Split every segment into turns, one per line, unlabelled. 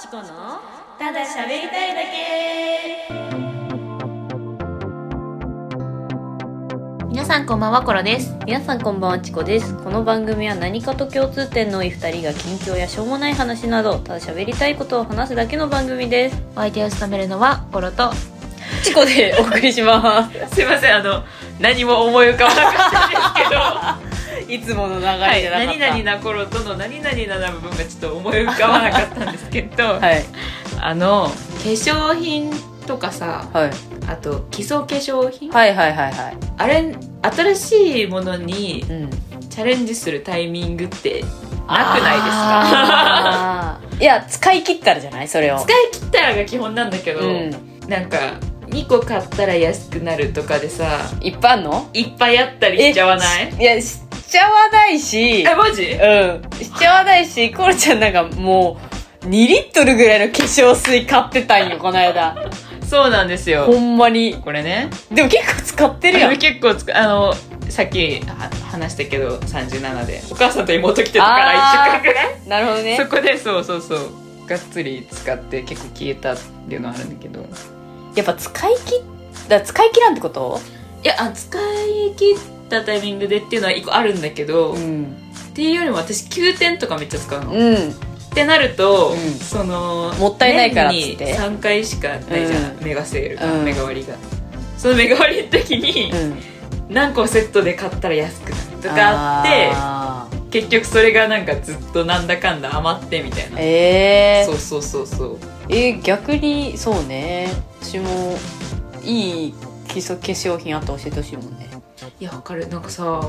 チコのただ喋りたいだけ皆さんこんばんはコロです
皆さんこんばんはチコですこの番組は何かと共通点の多い2人が近況やしょうもない話などただ喋りたいことを話すだけの番組 です
お相手を務めるのはコロと
チコでお送りします
すいませんあの何も思い浮かばなかったんですけど
いつもの流れじゃなかった、
はい、何々なコロとの何々な部分がちょっと思い浮かばなかったんですけど、
はい
あの化粧品とかさ
はい
あと基礎化粧品、
はいはいはいはい
あれ新しいものに
うん
チャレンジするタイミングってな
な
く
くな
ないい
で
ですすか
かいや使い切ったらじゃないそれを
使い切ったらが基本なんだけど、
うん
なんか2個買ったら安くなるとかでさ
いっぱいあんの
いっぱいあったりしちゃわな
え
い
しいやしちゃわないし
えマジ
うん。しちゃわないし、コロちゃんなんかもう、2リットルぐらいの化粧水買ってたんよ、この間。
そうなんですよ
ほんまに。
これね
でも結構使ってるや
あの
ん。
結構つくあのさっきは話したけど37でお母さんと妹来てたから1週間くらい
なるほどね
そ。こでそうそうそうがっつり使って結構消えたっていうのはあるんだけど
やっぱ使い切っ、だ使い切らんってこと
いやあ使い切ったタイミングでっていうのは1個あるんだけど、っ
ん。
ていうよりも私9点とかめっちゃ使うの、っ
うん。
てなると、
うん
その
もったいないからっつって
年に3回しかないじゃん、
う
メガセールが、
うん
メガ割りがそのメガ割りの時に
うん。
何個セットで買ったら安くなるとかあって
あー
結局それがなんかずっとなんだかんだ余ってみたいな、
え
そうそうそうそう
ー、え、逆に、そうね。私も、いい基礎化粧品あったら教えてほしいもんね。
いやわかるなんかさ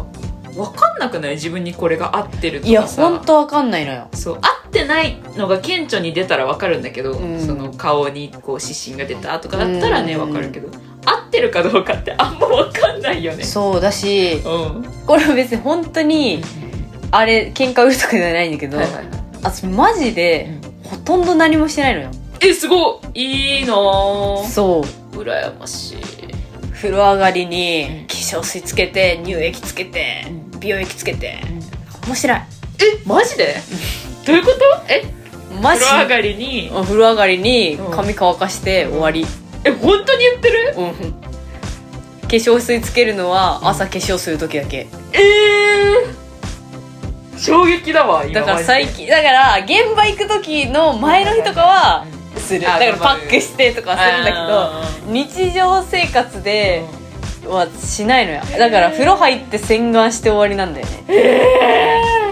わかんなくない自分にこれが合ってると
いや、
かさ
ほんとわかんないのよ。
そう合ってないのが顕著に出たらわかるんだけど、
うん
その顔にこう指針が出たとかだったらね
う
わ
ん
かるけど合ってるかどうかってあんまわかんないよね
そうだし、
うん
これは別に本当に、あれ、喧嘩売るとかじゃないんだけど、
はいはいはい
あ、それマジで、ほとんど何もしてないのよ。
えすごいいいなぁ
そう。
羨ましい
風呂上がり
うん
に、化粧水つけて、乳液つけて
う、
美容液つけて
ん、
面白い。
えマジ でどういうことえ
マジ
風呂上がりに
うん風呂上がりに
うん
髪乾かして終わり。
え本当に言ってる
うん。化粧水つけるのは朝化粧する時だけ。
えー、衝撃だわ今
だから
マジで
最近、だから現場行く時の前の日とかはする。
あ
だからパ
頑張る
ックしてとかするんだ
あ
けど、日常生活
ー
で、はしないのよだから風呂入って洗顔して終わりなんだよね、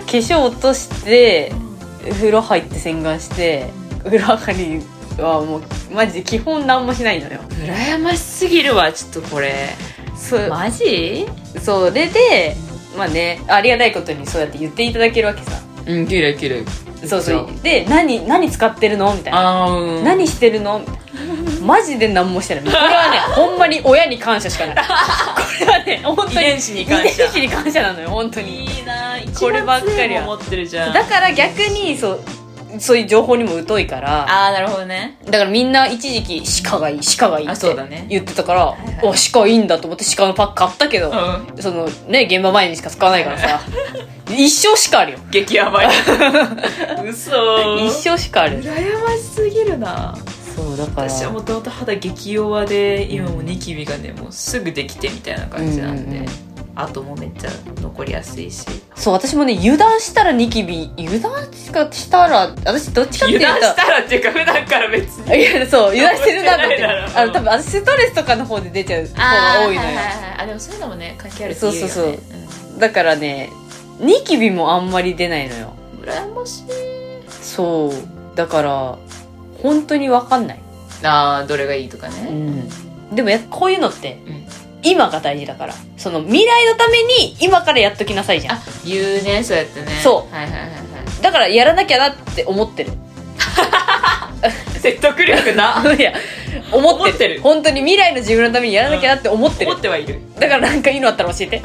化粧落として風呂入って洗顔して風呂上がりはもうマジで基本何もしないのよ
羨ましすぎるわちょっとこれ
そう、
マジ
それでまあねありがたいことにそうやって言っていただけるわけさ
うん綺麗綺麗
そうそうで何何使ってるのみたいな
あーうん
何してるのみたいなマジで何もしてないこれは ねほんまに親に感謝しかないこれはね本当に
遺伝子に感謝
遺伝子に感謝なのよ本当に
いいなぁ
こればっかりは
思ってるじゃん
だから逆にそうそういう情報にも疎いから
ああなるほどね
だからみんな一時期鹿がいい鹿がいい
あ
っ
そう
て
だね
言ってたから、
いはい
お鹿いいんだと思って鹿のパック買ったけど、
う
そのね現場前にしか使わないから さ一生鹿あるよ
ん激ヤバ い嘘
一生鹿ある
羨ましすぎるなぁ
そうだから
私はもともと肌激弱で今もうニキビがねもうすぐできてみたいな感じなんで、
うんうんうん
あともめっちゃ残りやすいし
そう私もね油断したらニキビ油断しかしたら私どっちかってい
油
うと
断したらっていうか普段から別に
いやそう油断してるなと思っ
してないだ
て
ろ
あの多分私ストレスとかの方で出ちゃう方が多いのよ、
あでもそういうのもね関係ある
るって言うよねそうそうだからねニキビもあんまり出ないのよ
う羨ましい
そうだから本当に分かんない、
あーどれがいいとかね
でもやこういうのって、
うん
今が大事だからその未来のために今からやっときなさいじゃん
あ言うねそうやってね
そう
はいはいはいは
だからやらなきゃなって思ってる
い説得力な
いや思ってる
思ってる
本当に未来の自分のためにやらなきゃなって思ってる、
思ってはいる
だからなんかいいのあったら教え て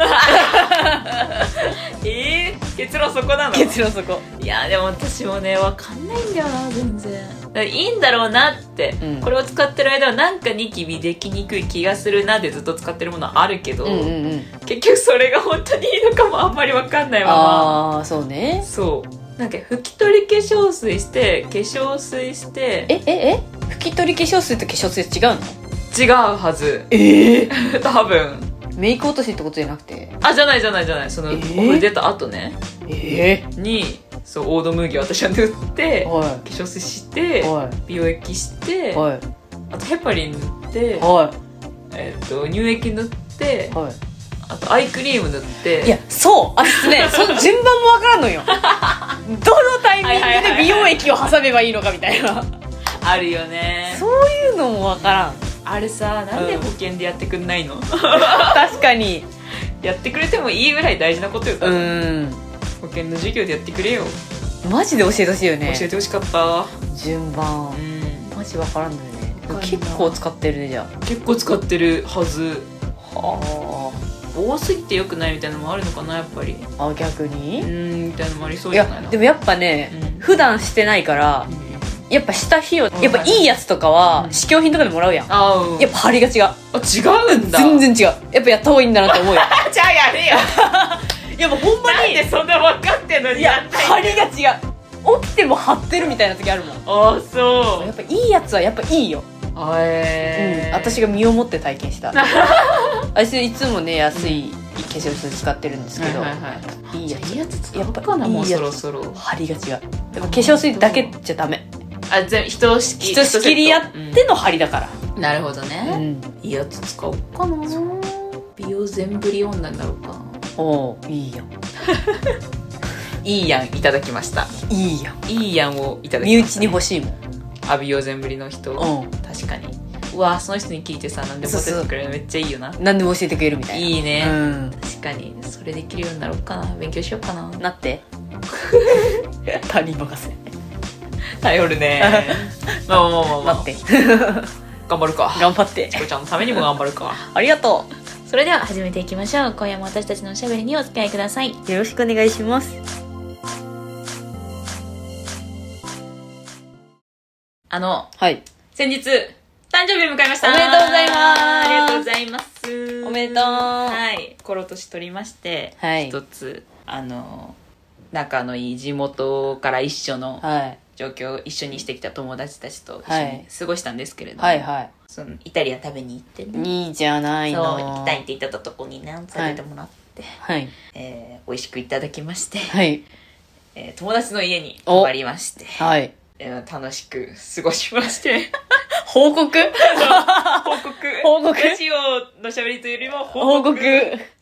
えー、結論そこなの
結論そこ
いやでも私もねわかんないんだよな全然だからいいんだろうなって、
うん
これを使ってる間はなんかニキビできにくい気がするなでずっと使ってるものはあるけど、
うんうんうん
結局それが本当にいいのかもあんまりわかんないまま
ああーそうね
そうなんか拭き取り化粧水して化粧水して
えええ拭き取り化粧水と化粧水違うの
違うはず
ええ
多分
メイク落としってことじゃなくて
あじゃないじゃないじゃないその、
えー
これ出た後ね
え
にそうオード麦を私は塗って
え
化
は
粧水し
い
て
は
美容液して
いはい
あとヘパリン塗って、
は
えっと乳液塗って
いは
あとアイクリーム塗って
いいやそうあねその順番もわからんのよどのタイミ
はいはい
ング
はいは
で
い
美容液を挟めばいいのかみたいな
あるよね
そういうのもわからん
あれさなんで保険でやってくんないの、
確かに
やってくれてもいいぐらい大事なことよ、
うーん
保険の授業でやってくれよ、
マジで教えてほしいよね
教えてほしかった、
順番
うん
マジわからんのよね
わかんない
結構使ってるねじゃ
結構使ってるはず
あは
多すぎてよくないみたいなのもあるのかなやっぱり
ああ逆に
うんみたいなのもありそう
い
じゃない
や
の
でもやっぱね、
うん
普段してないから
うん
やっぱした費用
ん
やっぱいいやつとかは
うん
試供品とかでもらうやん、
あーうん
やっぱ張りが違う
あ違うんだ
全然違うやっぱやった方がいいんだなって思うよ
あじゃあやれ よ
やっぱほん
なんでそんな分かってんのに
い
や
や
んない
張りが違う起きても張ってるみたいな時あるもん
あーそ
やっ
う
ぱいいやつはやっぱいいよ、
あえ
うん、私が身をもって体験した 私いつもね安い化粧水使ってるんですけど、
はいはいはい
いいやつ
いやつ
やっぱいいやつ
もうそろそろ
張りが違うやっぱ化粧水だけじゃダメ
あ全部ひとしき
ひとしきりやっての張りだから、
なるほど
う
ね、
ん
いいやつ使おうかな美容全振り女になろうか
おういいやん
いいやんいただきました
いいやん
いいやんをいただき
身
ま
内
した
に欲しいもん
あ美容全振りの人、
う
確かにうわその人に聞いてさ何でも持ってってくれるのめっちゃいいよなん
何でも教えてくれるみたいない
いいね、
うん
確かにそれできるようになろうかな勉強しようかな
なって 他人任せ
頼る ねまあまあまあまあ、
待って
頑張るか
頑張って
チコちゃんのためにも頑張るか
ありがと
それでは始めていきましょう今夜も私たちのおしゃべりにお付き合いくださいう
よろしくお願いします
あの
はい
先日誕生日迎えました
おめでとうございます
ありがとうございます
おめでとう
はいこの年取りまして
はい
一つあの仲のいい地元から一緒の
はい
状況を一緒にしてきた友達たちと一緒
は
に
い
過ごしたんですけれども、
はいは
そのイタリア食べに行ってね
いいいじゃない
そう
の
行きたいって言ってたとこにね連れてもらって、
はい
えー美味しくいただきまして、
はい
えー友達の家に
お
泊まりまして、
はい
えー楽しく過ごしまして
報告
報告
報告
ラジオのしゃべりというよりも報
報
告
告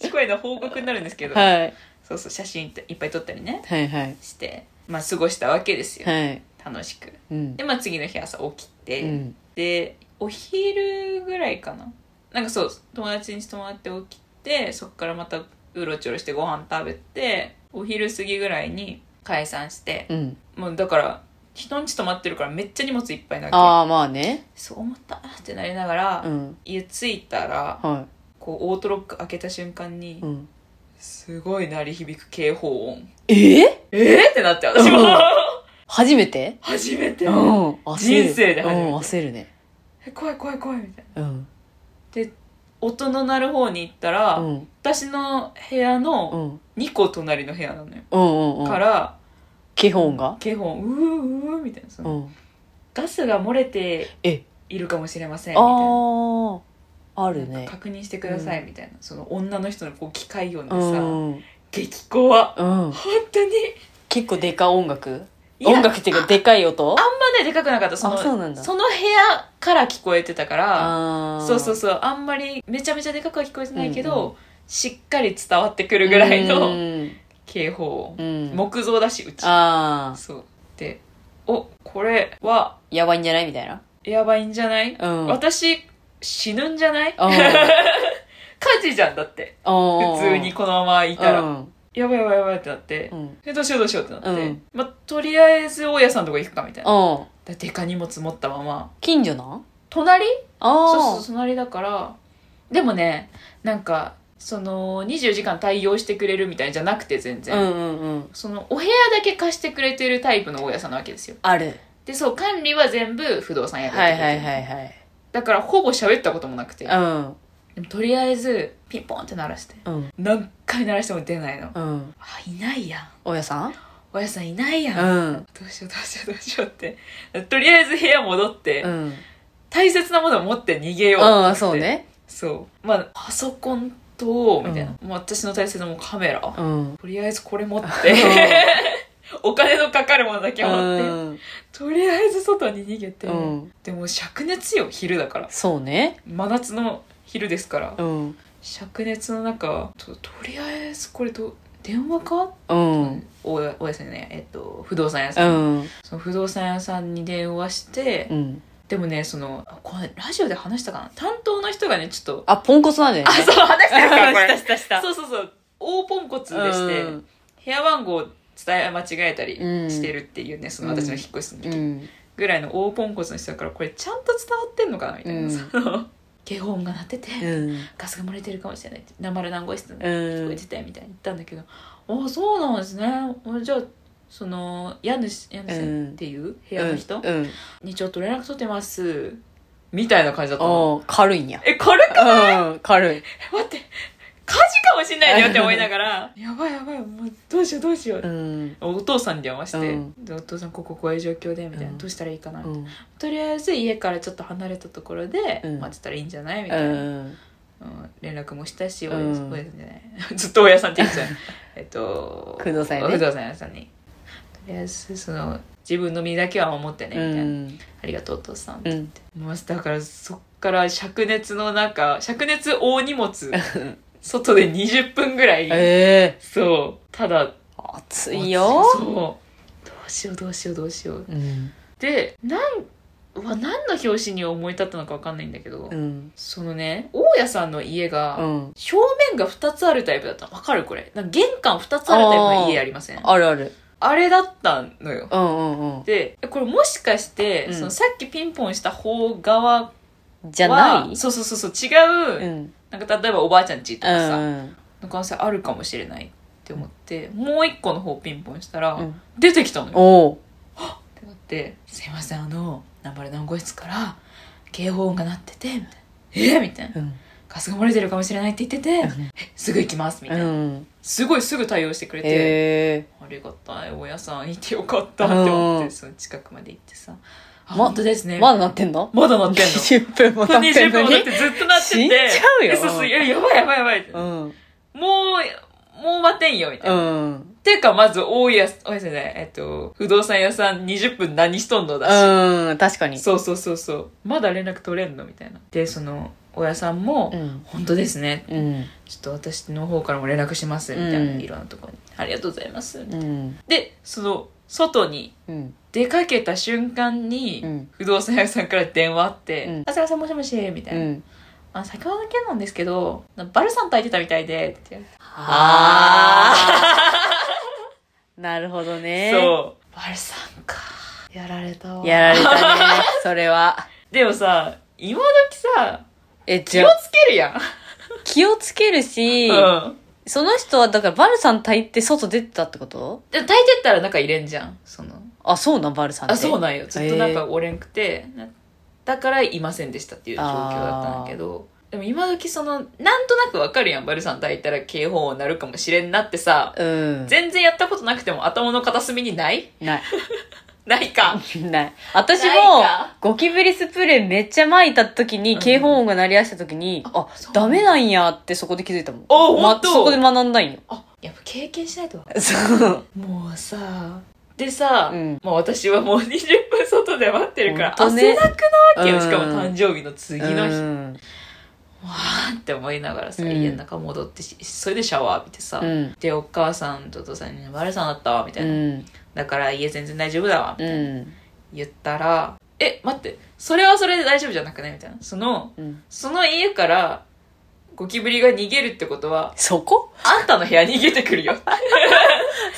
チコへの報告になるんですけど、
はい
そうそう写真いっぱい撮ったりね
はいはい
して、まあ、過ごしたわけですよ、
はい
楽しく
うん
で、まあ、次の日朝起きて、
うん
でお昼ぐらいかななんかそう友達に泊まって起きてそっからまたうろちょろしてご飯食べてお昼過ぎぐらいに解散して
うん
もうだから人んち泊まってるからめっちゃ荷物いっぱいなわ
ああまあね
けそう思ったってなりながら、
うん
家着いたら
は
こうオートロック開けた瞬間
い、
に
うん
すごい鳴り響く警報音
ええ
えー、ってなって私も
うん初めて
初めて
うん焦る
人生で初めて
うん焦るね
え怖い怖い怖いみたいな
うん
音の鳴る方に行ったら、
うん
私の部屋
う
の
ん
2個隣の部屋なのよ、
うんうんうん
から
基本が
警報うーうーみたいなその、
うん
ガスが漏れて
え
いるかもしれませんみたいな
あああるね
確認してくださいみたいな、その女の人のこう機械音で
う
さ、
んうん
激怖本当に
結構でか音楽
いや
音楽っていうかでかい音
あんまねでかくなかったその
あそうなんだ
の部屋から聞こえてたから
あー
そうそうそうあんまりめちゃめちゃでかくは聞こえてないけ
う
ど、
ん
しっかり伝わってくるぐらいうの
ん
警報音、
うん
木造だしうち
ああ
そうでおこれは
やばいんじゃないみたいな
やばいんじゃない、
うん
私死ぬんじゃ ない
うん
火事じゃんだって
普
普通にこのままいたら、
うん
やばいやばいやばいってなって
う、ん
えどうしようどうしようってなって、
うん
まあ、とりあえず大家さんのとこ行くかみたいな、
うん
だでか荷物持ったまま
近所なん
隣そうそう
あ
そう隣だからでもねなんかその24時間対応してくれるみたいじゃなくて全
あう
然、
んうんうん
そのお部屋だけ貸してくれてるタイプの大家さんなわけですよ
ある
でそう管理は全部不動産屋が
は
や
い
ってくれ
は
て
い
る
はいはい
だからほぼ喋ったこともなくて
うん
でもとりあえずピンポンって鳴らして
うん
何回鳴らしても出ないの
うん
あいないやん
大家さん
おやさんいないやん、
う
ど
ん
うしようどうしようどうしようってとりあえず部屋戻って、
うん
大切なものを持って逃げようって
ああそうね
そうまあパソコンとみたいな、もう私の大切なもうカメラ、
うん
とりあえずこれ持って、 お金のかかるものだけ
う
持って、
ん
とりあえず外に逃げて、
うん
でも灼熱よ昼だから
そうね
真夏の昼ですから、
うん
灼熱の中ととりあえずこれと電話か
うん
お大家さんねえっと不動産屋
う
さん、
ん
その不動産屋さんに電話して、
うん
でもねそのあこれラジオで話したかな担当の人がねちょっと
あポンコツなんだよ
あ
ね
そう話してるからこれ
したした
そうそうそう大ポンコツ
う
でして、
ん
部屋番号を伝え間違えたりしてるっていうね、その私の引っ越しの時、
うん
ぐらいの大ポンコツの人だからこれちゃんと伝わってんのかなみたいな、
うん
その警報音が鳴ってて、
うん
ガスが漏れてるかもしれないって生丸何号室の聞こ
う
え
ん
てたよみたいに言ったんだけど、ああそうなんですね俺じゃあその家主家
うん
主っていう部屋の
う
人、
ん
にちょっと連絡取ってますみたいな感じだったの
おー軽いんや
えこれか
うん軽い
待って火事かもしれないよって思いながら やばいやばいもうどうしようどうしよう、
うん
お父さんに電話して、
うん
でお父さんこここういう状況でみたいな、
うん
どうしたらいいかな、
うん
とりあえず家からちょっと離れたところで
うん
待ってたらいいんじゃないみ
う
たいな、うん
ん
連絡もしたし、
う
お
ん
やおやさんじゃない ずっと親さんって 言っちゃうえっと
不動産屋ね
不動産屋さんにとりあえずその自分の身だけは守ってねみ
う
たいな、
ん
ありがとうお父さんっ
う
て、
ん
もうだからそっから灼熱の中灼熱大荷 物外で20分ぐらい、
ええ
そうただ
暑いよ
そうどうしようどうしようどうしよう
うん
でなんうわ何の表紙に思い立ったのか分かんないんだけど、
うん
そのね大家さんの家
う
が
ん
表面が2つあるタイプだったの分かるこれなんか玄関2つあるタイプの家ありませんあ
あるある
れだったのよ
うんうん
でこれもしかして、
うん
そのさっきピンポンした方側は
うんじゃない
そうそうそうそう違う、
うん
なんか例えばおばあちゃんちと
う
かさ、
ん
の可能性あるかもしれないって思ってもう一個の方ピンポンしたら、
うん
出てきたのよ
おお
ってなって「すいませんあのナンバル何号室から警報音が鳴ってて」みたいな「えーみたいな
うん
「ガスが漏れてるかもしれない」って言ってて「すぐ行きます」みたいな、
うん
すごいすぐ対応してくれて、
え
ありがたい親さんいてよかったって思って、
うん
その近くまで行ってさ「あ、
ま
本当です
え
ね」
まだなってんの
まだ鳴ってんの
20分も経っ
20
てんの
分もだっ
に
てずっと鳴ってて
死んじゃうよ
えそうそういややばいやばいやばいって、
うん
もうもう待てんよみたいな、
うん
てか、まず、大家、大家じゃない、えっと、不動産屋さん20分何しとんのだ
うん確か
し。
に
そうそうそうそう。まだ連絡取れんのみたいな。で、その、大家さんも、
うん
本当ですね。
うん
ちょっと私の方からも連絡します。みたいな、
うん
いろんなところに。ありがとうございます。
うん
で、その、外に
うん
出かけた瞬間に、
うん
不動産屋さんから電話あって、
うん
あ、すいません、もしもし、みた
う
いな。
ん
あ、先ほどの件なんですけど、バルさんと空いてたみたいで、って言われて
あーなるほどね
そう。バルさんか。やられたわ。
やられたねそれは
でもさ、今時さ、
え
気
じ
を
ゃあ
つけるやん。
気をつけるし、
うん。
その人はだからバルさん炊いて外出てたってこと
で、炊いてったら中入れんじゃん。その。
あそうなんバルさんって
あ、そうなんよ。ずっとなん
へ
かおれんくて、なだからいませんでしたっていう状況だったんだけど、でも今時その、なんとなくわかるやん。バルさん炊いたら警報音鳴るかもしれんなってさ、
うん
全然やったことなくても頭の片隅にない
ない
ないか。
ない私も
ないか
ゴキブリスプレーめっちゃ撒いた時に、
うん
警報音が鳴り出した時にあ
そう
ダメなんやってそこで気づいたもん
あほんと
まそこで学んだんよ
あ、やっぱ経験しないとわか
そう
るもうさ、でさ、
うん
もう私はもう20分外で待ってるから、
ほんとね
汗だくなわけよ。しかも誕生日の次の日。
うん
わーって思いながらさ、
うん
家の中戻ってしそれでシャワー浴びてさ、
うん
でお母さんとお父さんに「バルさんだったわ」みた
う
いな、
ん
だから家全然大丈夫だわ」み
う
たいな、
ん
言ったら「え待ってそれはそれで大丈夫じゃなくない?」みたいなその
うん
その家からゴキブリが逃げるってことは
そこ
あんたの部屋に逃げてく るよ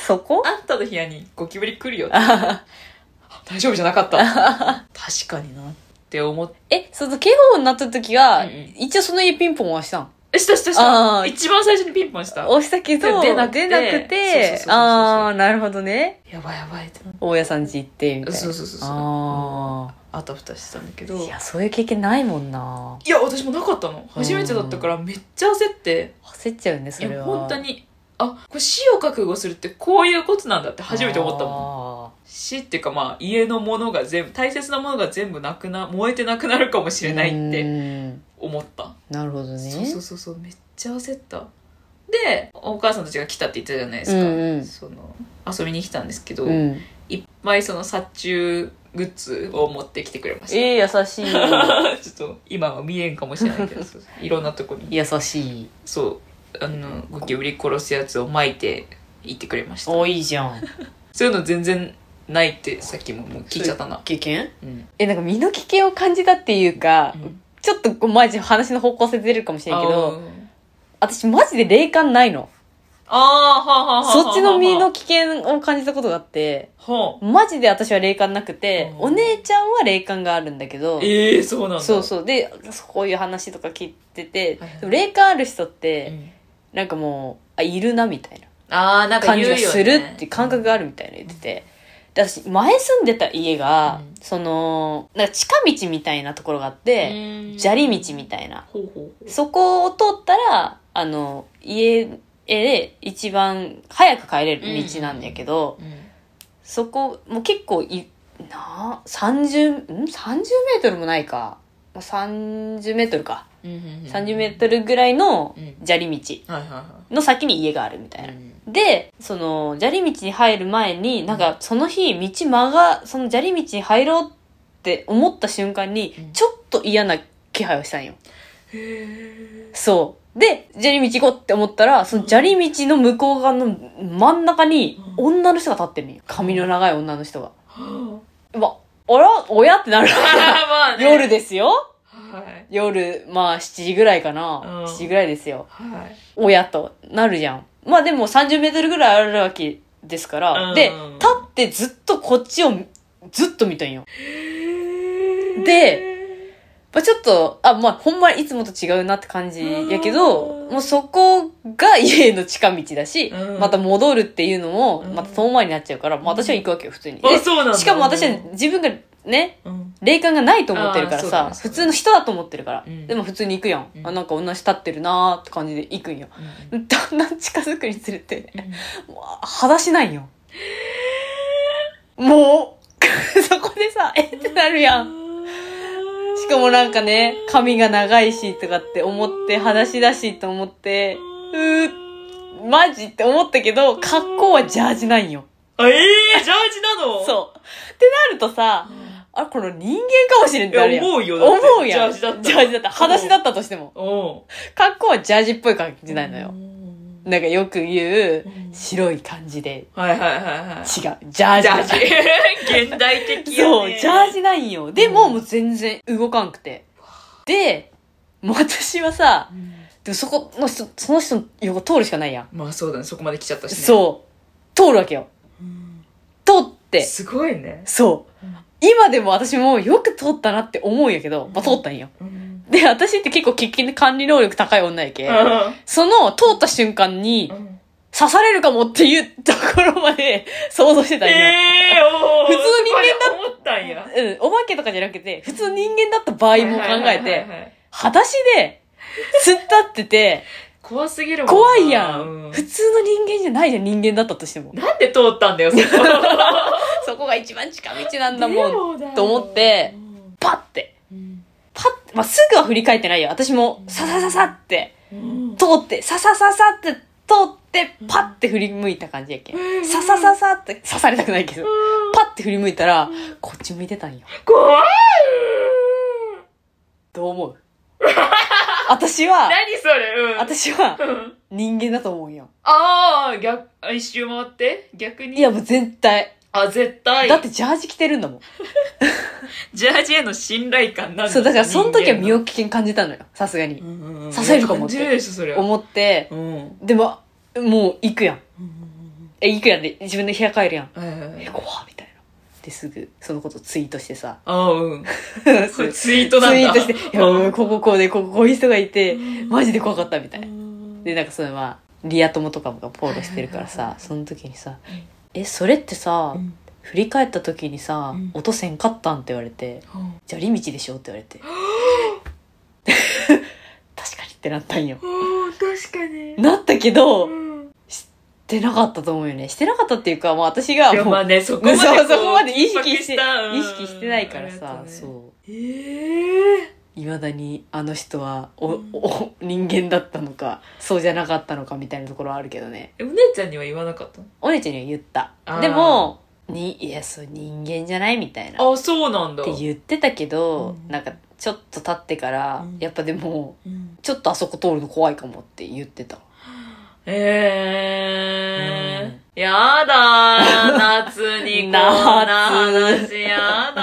そこ
あんたの部屋にゴキブリ来るよ
あ
大丈夫じゃなかった 確かになって思って
えその警報音鳴った時は、
うんうん
一応その家ピンポンはしたん
えしたしたし
あ
た
ー
一番最初にピンポンした
押したけど
出なく
出
て
なく
そうそうそうそう
て
そう
ああなるほどね
やばいやばいってなって
大家さん家行ってみたいな
そうそうそうそう
あ
あたふたしてたんだけ
あ
ど
いやそういう経験ないもんない
や私もなかったの初めてだったからめっちゃ焦って
焦っちゃうね
い
それ
や
は
本当にあこれ死を覚悟するってこういうことなんだって初めて思ったもん
もん
死っていうかまあ家のものが全部大切なものが全部なくな燃えてなくなるかもしれないって
て
思った
なるほどね
そうそうそうそうめっちゃ焦ったでお母さんたちが来たって言ったじゃないですか、
うんうん
その遊びに来たんですけど、
うん、
いっぱいその殺虫グッズを持ってきてくれました、
えー、優しい
ちょっと今は見えんかもしれないけどそうそういろんなとこに
優しい
そうあのゴキブリ殺すやつを撒いて行ってくれました
おいいじゃん
そういうの全然ないってさっきもも う聞いちゃったな
経験
うん
えなんか身の危険を感じたっていうか、
うん
ちょっとこうマジ話の方向性ずれるかもしれんけ
あ
ど
ー
私マジで霊感ないの
あーはあはあはあはあ
そっちの身の危険を感じたことがあって
は
マジで私は霊感なくて
うん
お姉ちゃんは霊感があるんだけど
あええー、そうなんだ
そうそうでこういう話とか聞いてて、
はいはい
でも霊感ある人っ
う
て
ん
なんかもうあいるなみたいな
ああなんか
感じ
言うよ、
がす
ね、
るって感覚があるみたいな言ってて。で私、前住んでた家が、
うん
その、なんか近道みたいなところがあっ
う
て、
ん
砂利道みたいな。
ほうほうほう
そこを通ったら、あの、家で一番早く帰れる道なんだけど、
うん
そこ、もう結構い、なあ30、ん ?30 メートルもないか。まあ30メートルか。
うん
30メートルぐらいの
うん
砂利道
はいはいは
の先に家があるみたい
い、
な
う。ん
で、その、砂利道に入る前に、なんか、その日、道間が、その砂利道に入ろうって思った瞬間に
うん、
ちょっと嫌な気配をしたんよ。そう。で、砂利道行こうって思ったら、その砂利道の向こう側の真ん中に、
うん
女の人が立ってるんよ。髪の長い女の人が。
は
うわ、あら、親ってな る。
あまあね
夜ですよ。
はい
夜、まあ、7時ぐらいかな。
うん
7時ぐらいですよ。
はい
親となるじゃん。まあでも30メートルぐらいあるわけですから。
うん
で、立ってずっとこっちをずっと見たんよ。でまあ、ちょっと、あ、まあほんまいつもと違うなって感じやけど
う、ん
もうそこが家の近道だし、
うん
また戻るっていうのも、また遠回りになっちゃうから、まあ私は行くわけよ、普通に。で
あそうなんだ
しかも私は自分がね、
うん
霊感がないと思ってるから
あ
さ、
ーそうだね
普通の人だと思ってるから。
うん
でも普通に行くやん。
うん
あ、なんか同じ立ってるなーって感じで行くんよ。だんだん近づくにつれて、もう裸足ないよ。もう、 そこでさ、えってなるやん。しかもなんかね、髪が長いしとかって思って、裸足だしと思って、うー、マジって思ったけど、格好はジャージなんよ。
あええー、ジャージなのう
そう。ってなるとさ、あ、この人間かもしれんってなるやん。
思うよだって
思うやん。
ジャージだったら
ジャージだった。裸足だったとしても。
お
格好はジャージっぽい感じなのよ。
うん
なんかよく言う、
うん
白い感じで
はいはいはいはい
違う。ジャージ。
ジャージ現代的よ
そう、
ね
ジャージなんよ。でも、
うん
もう全然動かんくて。で、もう私はさ、でもそこの人、その人の横通るしかないやん。
まあそうだねそこまで来ちゃったしね
そう。通るわけよ。
うん
通って、
すごいね
そう
うん。
今でも私もよく通ったなって思うんやけど、まあ、通ったんよ。
うん
で、私って結構危険で管理能力高い女やけ。
う
その、通った瞬間に、
ん
刺されるかもっていうところまで 想像してたんよ。
ええおー
普通人間
そこまで思ったんや
うん、お化けとかじゃなくて、普通人間だった場合も考
はい
え
はいはいはい
て、
はい
裸足で、突っ立って て、
怖すぎるもんな
怖いや
うん
ん。普通の人間じゃないじゃん、人間だったとしても。
なんで通ったんだよそこ
そこが一番近道なんだ
で
もん。
もだよ
と思ってパッて。
うん
パッて、まあ、すぐは振り返ってないよ。私も、ささささって、
うん
通って、ささささって、通って、パッて振り向いた感じやけ
うん
ん。ささささって、刺されたくないけど、パッて振り向いたら、こっち向いてたんよ。
怖い
どう思 う私は、
何それうん
私は
うん
人間だと思うよ。
ああ逆あ一周回って逆に
いや、もう絶対。
あ絶対
だってジャージ着てるんだもん。
ジャージへの信頼感なんだ
そう、だからその時は身
人間
を危険感じたのよ。さすがに。
のうんうんうん
刺されるかもって
感じるでしょそれは
思って、
うんうん
でも、もう行くやん。
うん
え、行くやんで、自分の部屋帰るやん。
うんはいはいは
え、
い
怖っみたいな。で、すぐ、そのことツイートしてさ。
あーうん
ツイ
それ
ー
ツイー
ト
トなんだ
して、いや、うんこここうで、こここういう人がいて、マジで怖かったみたいな。で、なんかそのまあ、リア友とかもフォローしてるから
はいはい
さ
は、い
その時にさ、え、それってさ、
うん
振り返った時にさ
うん、
音せんかったんって言われて、
うん
砂利道でしょって言われ て。確かにってなったんよ。
おー確かに
なったけど、
うん
ししてなかったと思うよねしてなかったっていうか、まあ、私が
いや
も
まあ
う
ねそこ
そ
ま
う
で
そう
こう
そこまで意識して
緊迫たうん
意識してないから
あれだ
さ、
ったね
そう
ええ
いまだにあの人はお、
うん
お人間だったのかそうじゃなかったのかみたいなところはあるけどね
えお姉ちゃんには言わなかったの
お姉ちゃんには言った
あー
でもにいやそう人間じゃないみたいなっ
あそうなんだ
て言ってたけど、
うん
なんかちょっと経ってから、
うん
やっぱでも
うん
ちょっとあそこ通るの怖いかもって言ってた
ええやだー夏にこんな話やだ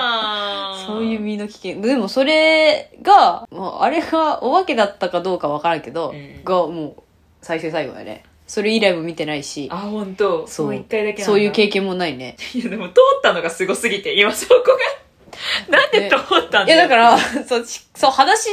ー
そういう身の危険でもそれが、まあ、あれがお化けだったかどうかわからんけど、
うん
がもう最終最後だねそれ以来も見てないし
あ本当
そう
もう一回だけなんだ
そういう経験もないね
いやでも通ったのがすごすぎて今そこがなんで通ったんだよ
いやだから、 そう、しそう、話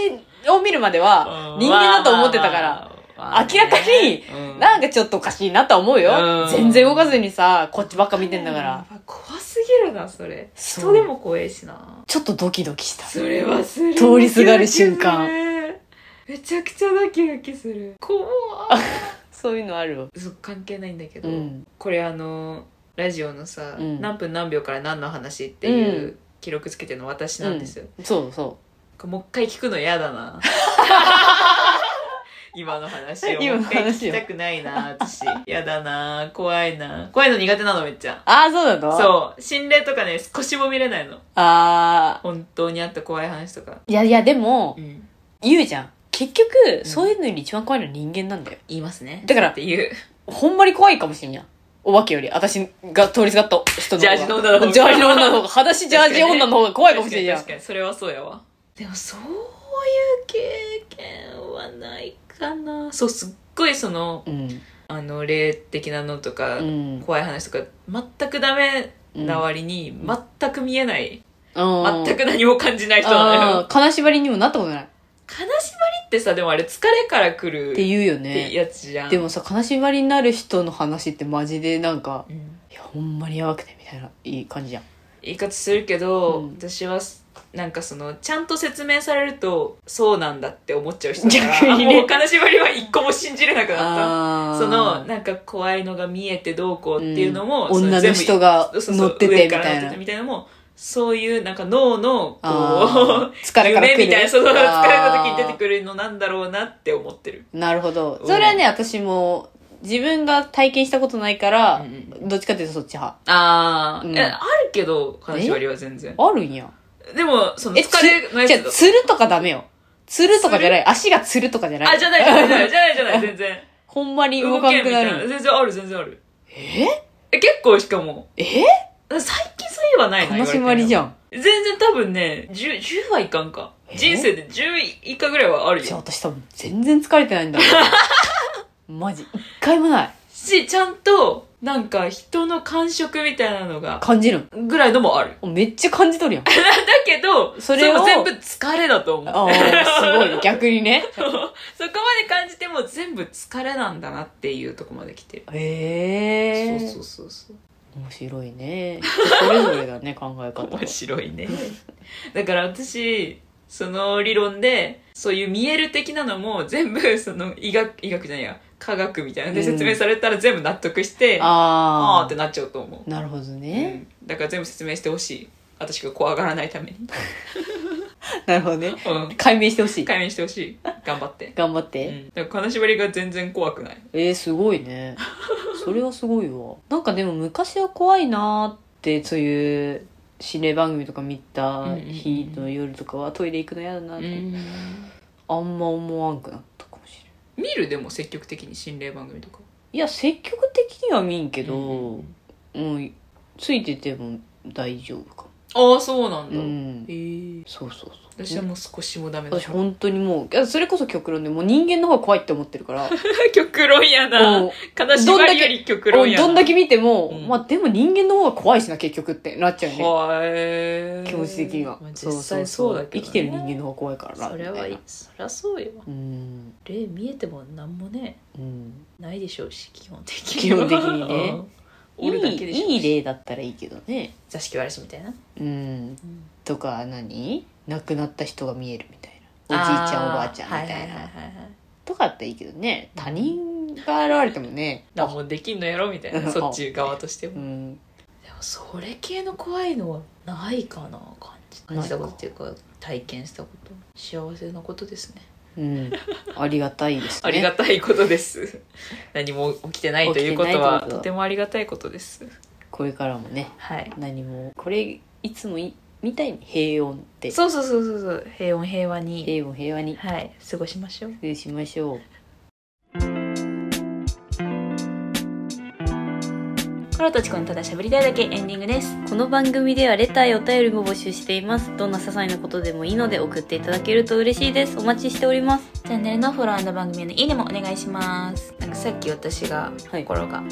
を見るまでは
うん
人間だと思ってたから、明らかになん
か
かちょっとおかしいなとは思う
う
よ
ん。
全然動かずにさ、こっちばっか見てんだから。
怖すぎるなそれ
そう
人でも怖えしな
ちょっとドキドキした。
それはする
通りすがる瞬間
ドキドキするめちゃくちゃドキドキする怖っ
そういうのあるわ。
そう関係ないんだけど、
うん。
これあのラジオのさ、
うん
何分何秒から何の話っていう、
う
記録つけてるの私なんですよ、
そうそ
もう一回聞くの嫌だ な今の話を
今
も
の
う一回聞
話を
きたくないな私嫌だな怖いな怖いの苦手なのめっちゃ
う。ああ、そうなのう。
そう心霊とかね少しも見れないの
ああ。
本当にあった怖い話とか、
いやいや、でも
う、ん、
言うじゃん。結局、
ん
そういうのより一番怖いのは人間なんだよ。
言いますね
だから
っていう
ほんまに怖いかもしんやん。お化けより、私が通りすがった人の方が。
ジャージの女の方が
ジャージの女の方が、裸足ジャージ女の方が怖いかもしれんやん
確。かに確かにそれはそうやわでもそういう経験はないかなそうすっごいその
うん。
あの霊的なのとか、
うん。
怖い話とか全くダメな割に、全く見えない、
うん
全く何も感じない人なの
あ
よ
あ、金縛りにもなったことない。っ
金縛りってさでもあれ疲れから来るってて
言うよ
て
ね。
やつじゃん
でもさ、金縛りになる人の話ってマジでなんか、
うん
いや、ほんまにやばくてみたいな、いい感じじゃん。
言い方するけど、
うん
私はなんかそのちゃんと説明されるとそうなんだって思っちゃう人だから
逆にね
あもう金縛りは一個も信じれなくなった
あー
その、なんか怖いのが見えてどうこうっていうのも、
うん
そ
女の人が
全部そうそう
乗ってて
上
み
から
たい
乗って
な
て。みたいなのもそういうなんか脳のこ
あー
う
疲れから来る
夢みたいなその疲れた時に出て
る。
くるのなんだろうなって思ってる、
なるほど
う。ん
それはね、私も、自分が体験したことないから、
うん
どっちかっていうとそっち派。
あー、
うん
えあるけど金縛りは全然
あるんや。
でもその
え、
疲れのや
じゃ
つだと
つるとかダメよ。つるとかじゃない。足がつるとかじゃない。
あじゃないじゃないじゃないじゃないじゃない全然
ほんまに 動かなくな
動けんみたい
る。
全然ある全然ある
え
え結構しかも
え
最近そういえばないな
金縛りじ
ゃん
ゃん。
全然多分ね 10, 10はいかんか
え
人生で10以下ぐらいはある
じゃあ
よ
私多分全然疲れてないんだろう マジ、一回もない。
しちゃんとなんか人の感触みたいなのが
感じる
ぐらいのもある
の。めっちゃ感じとるやん。あ
だけど
それを
の全部疲れだと思う
あ、すごい。逆にね。
そこまで感じても全部疲れなんだなっていうとこまで来てる、
へえ。
そうそうそう
面白いね。人それぞれだね、考え
そう
方が
面。白いねだから私その理論でそういう見える的なのも全部 その医学医学じゃないや科学みたいなで
うん
説明されたら全部納得して、ああー
あ
って
あ。
なっちゃうと思う
なるほど
う
ね。
んだから全部説明してほしい私が怖がらないために、
なるほどね。
う
解明してほし
ん、
い。
解明してほしい頑張って、
頑張っ
う
て。
ん、だから金縛りが全然怖くない
えー、すごいね。それはすごいわ。なんかでも昔は怖いなーって、そういう心霊番組とか見た日の夜とかはトイレ行くの嫌だなって。あんま思わんくなったかもしれない。
見るでも積極的に心霊番組とか
いや積極的には見んけど、
う
うんついてても大丈夫かも
ああそうなんだ、
うん
へえ
そうそうそう
私はもう少しもダメだ
私本当にもういやそれこそ極論でもう人間の方が怖いって思ってるから
極論やな
もう
悲しりより極論やな
どんだけ見ても、
うん
まあでも人間の方が怖いしな結局ってなっちゃうよね
はえ
気持ち的には、
まあ実際そうだけどね
生きてる人間の方が怖いからな
それはい
み
いそりゃそうよ
たいなうん
霊見えてもなんもね
うん
ないでしょうし基本的に
基本的にね
うん
い
おるだけでしょうし
いいい例だったらいいけどね
座敷わらしみたいな
うんとか何亡くなった人が見えるみたいなお
あー
じいちゃんおばあちゃんみたいな、
はいはいはいはいはい
とかだっていいけどね他人が現れてもね
何もできんのやろみたいな
あ
そっち側として
う
も
ん
でもそれ系の怖いのはないかな感じ感じたことっていうか体験したこと幸せなことですね
うんありがたいですね
ありがたいこと です。何も起きてないということ
起きてない
は、
ということ
とてもありがたいことです。
これからもね
はい。
何もこれいつもいみたいに平穏って
そうそうそうそうそう、平穏平和に、
平穏平和に
はい、過ごしましょう。
しましょう
コロとチコのただ喋りたいだけエンディングです。
この番組ではレターやお便りも募集していますどんな些細なことでもいいので送っていただけると嬉しいですお待ちしております
チャンネルのフォロー番組へのいいねもお願いします。なんかさっき私が、
はい
心が、あの、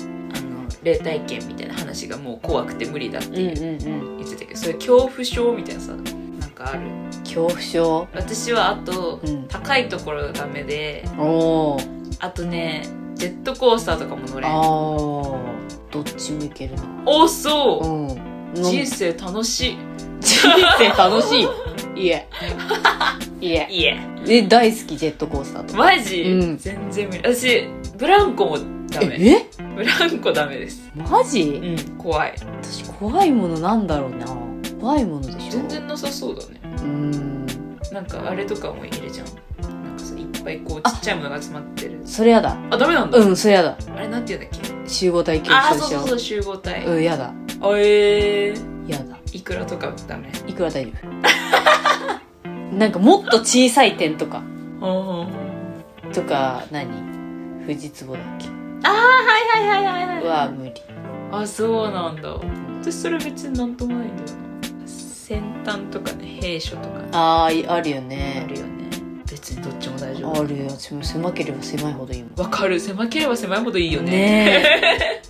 霊体験みたいな話がもう怖くて無理だって
うんうん
言
うん
ってたけど、それ恐怖症みたいなさ、なんかある。
恐怖症
私はあと、
うん
高いところがダメで、
おお
あとね、ジェットコースターとかも乗れん。
あーどっちもいけるな
おそう
うん
人生楽しい
人生楽しいい えいえ
いえ
え大好きジェットコースターとか
マジ、
うん
全然無理私ブランコもダメ
え
ブランコダメです
マジ、
うん怖い
私怖いものなんだろうな怖いものでしょ
全然なさそうだね
うーん
なんかあれとかも入れちゃうなんかさいっぱいこうちっちゃいものが集まってる
それやだ
あダメなんだ、
うんそれやだ
あれなんて言うんだっけ
集合体恐
あ
怖
ー
症
そう
でし
そう
ょ
そう集合体、
うんやだ
あえー、
やだ
いくらとかダメ
いくら大丈夫 なんかもっと小さい点とか
ほんほん
とか何富士壺だっけ
はいはいはいはい
は無理
あそうなんだ私それ別になんともないんだよな先端とかね兵所とか
あーあるよ
あ
ね
るよね別にどっちも大丈
あ
夫
るよ私も狭ければ狭いほどいいもん
わかる狭ければ狭いほどいいよね
ね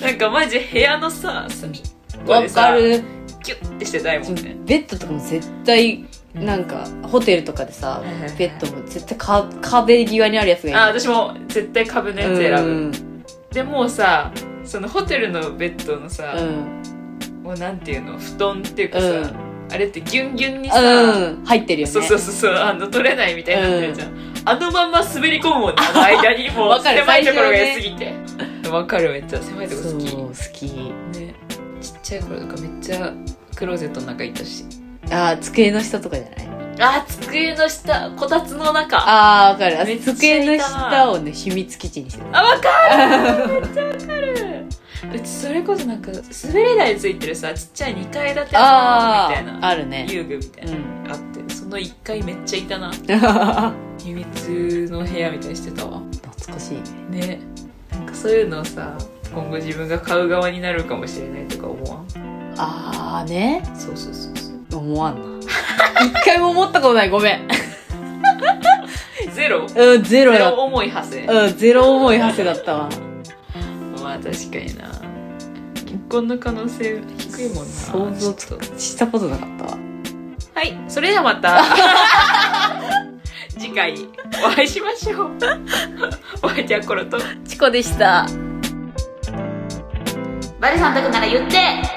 なんかマジ部屋のさ隅っ
え
こ
わ
でさ
かる
キュッてしてたいもんね
ベッドとかも絶対なんかホテルとかでさ
はいはいはい
ベッドも絶対か壁際にあるやつがいい
あ私も絶対株のやつ選ぶ、
うん
でもうさそのホテルのベッドの
う
さ、
ん
もうなんていうの布団っていうかさ、
うん
あれってギュンギュンにさ、
うん入ってるよね
そうそうそうそうあの取れないみたいになってるじゃん、あのまんま滑り込むもんねあの間にも う
わかる
狭いところが
最
良
初
すぎてわかるめっちゃ狭いとこ
そう
好き
好き
ねちっちゃい頃とかめっちゃクローゼットの中いたし
あー机の下とかじゃない
あー机の下こたつの中あ
あーわかるあ
めっちゃいた
机の下をね秘密基地にしてる
わかるめっちゃわかるうちそれこそなんか滑り台ついてるさちっちゃい2階建てのみたい
ああ
な
あるね
遊具みたいうな、
ん
あってその1階めっちゃいたな
懐
秘密の部屋みたいにしてたわ
かしいね
ねなんかそういうのをさ今後自分が買う側になるかもしれないとか思わん
あーね
そうそうそうそう
思わんな一回も思ったことないごめん
ゼロゼ
うんゼロだ
ロ思い派生
うんゼロ思い馳せだったわ
まあ確かにな結婚の可能性低いもんな
想像つ
ちょっと
したことなかったわ
はいそれではまた次回お会いしましょうお相手はコロと
チコでした
バレさんたくなら言って